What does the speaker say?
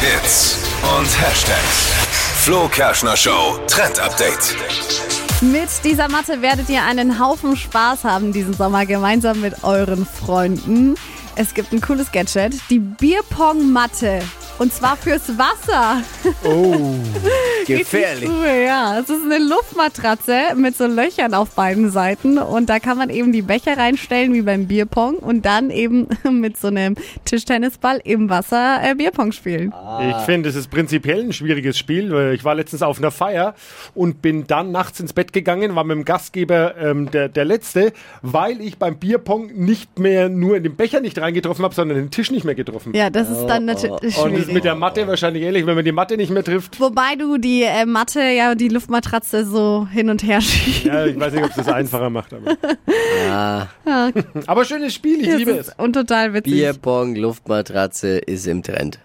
Hits und Hashtags. Flo Kerschner Show Trend Update. Mit dieser Matte werdet ihr einen Haufen Spaß haben diesen Sommer gemeinsam mit euren Freunden. Es gibt ein cooles Gadget, die Bierpong-Matte. Und zwar fürs Wasser. Oh, Richtig Cool, ja. Es ist eine Luftmatratze mit so Löchern auf beiden Seiten und da kann man eben die Becher reinstellen wie beim Bierpong und dann eben mit so einem Tischtennisball im Wasser äh, Bierpong spielen. Ich finde, es ist prinzipiell ein schwieriges Spiel. weil Ich war letztens auf einer Feier und bin dann nachts ins Bett gegangen, war mit dem Gastgeber ähm, der, der Letzte, weil ich beim Bierpong nicht mehr nur in den Becher nicht reingetroffen habe, sondern den Tisch nicht mehr getroffen. Ja, das ist dann natürlich Oh, Und das ist mit schwierig. der Matte wahrscheinlich ähnlich, wenn man die Matte nicht mehr trifft. Wobei du die äh, Matte, ja, die Luftmatratze so hin und her schiebst. Ja, ich weiß nicht, ob es das einfacher macht. Aber, aber schönes Spiel, ich liebe Ah. Das es. ist- Und total witzig. Bierpong, Luftmatratze ist im Trend.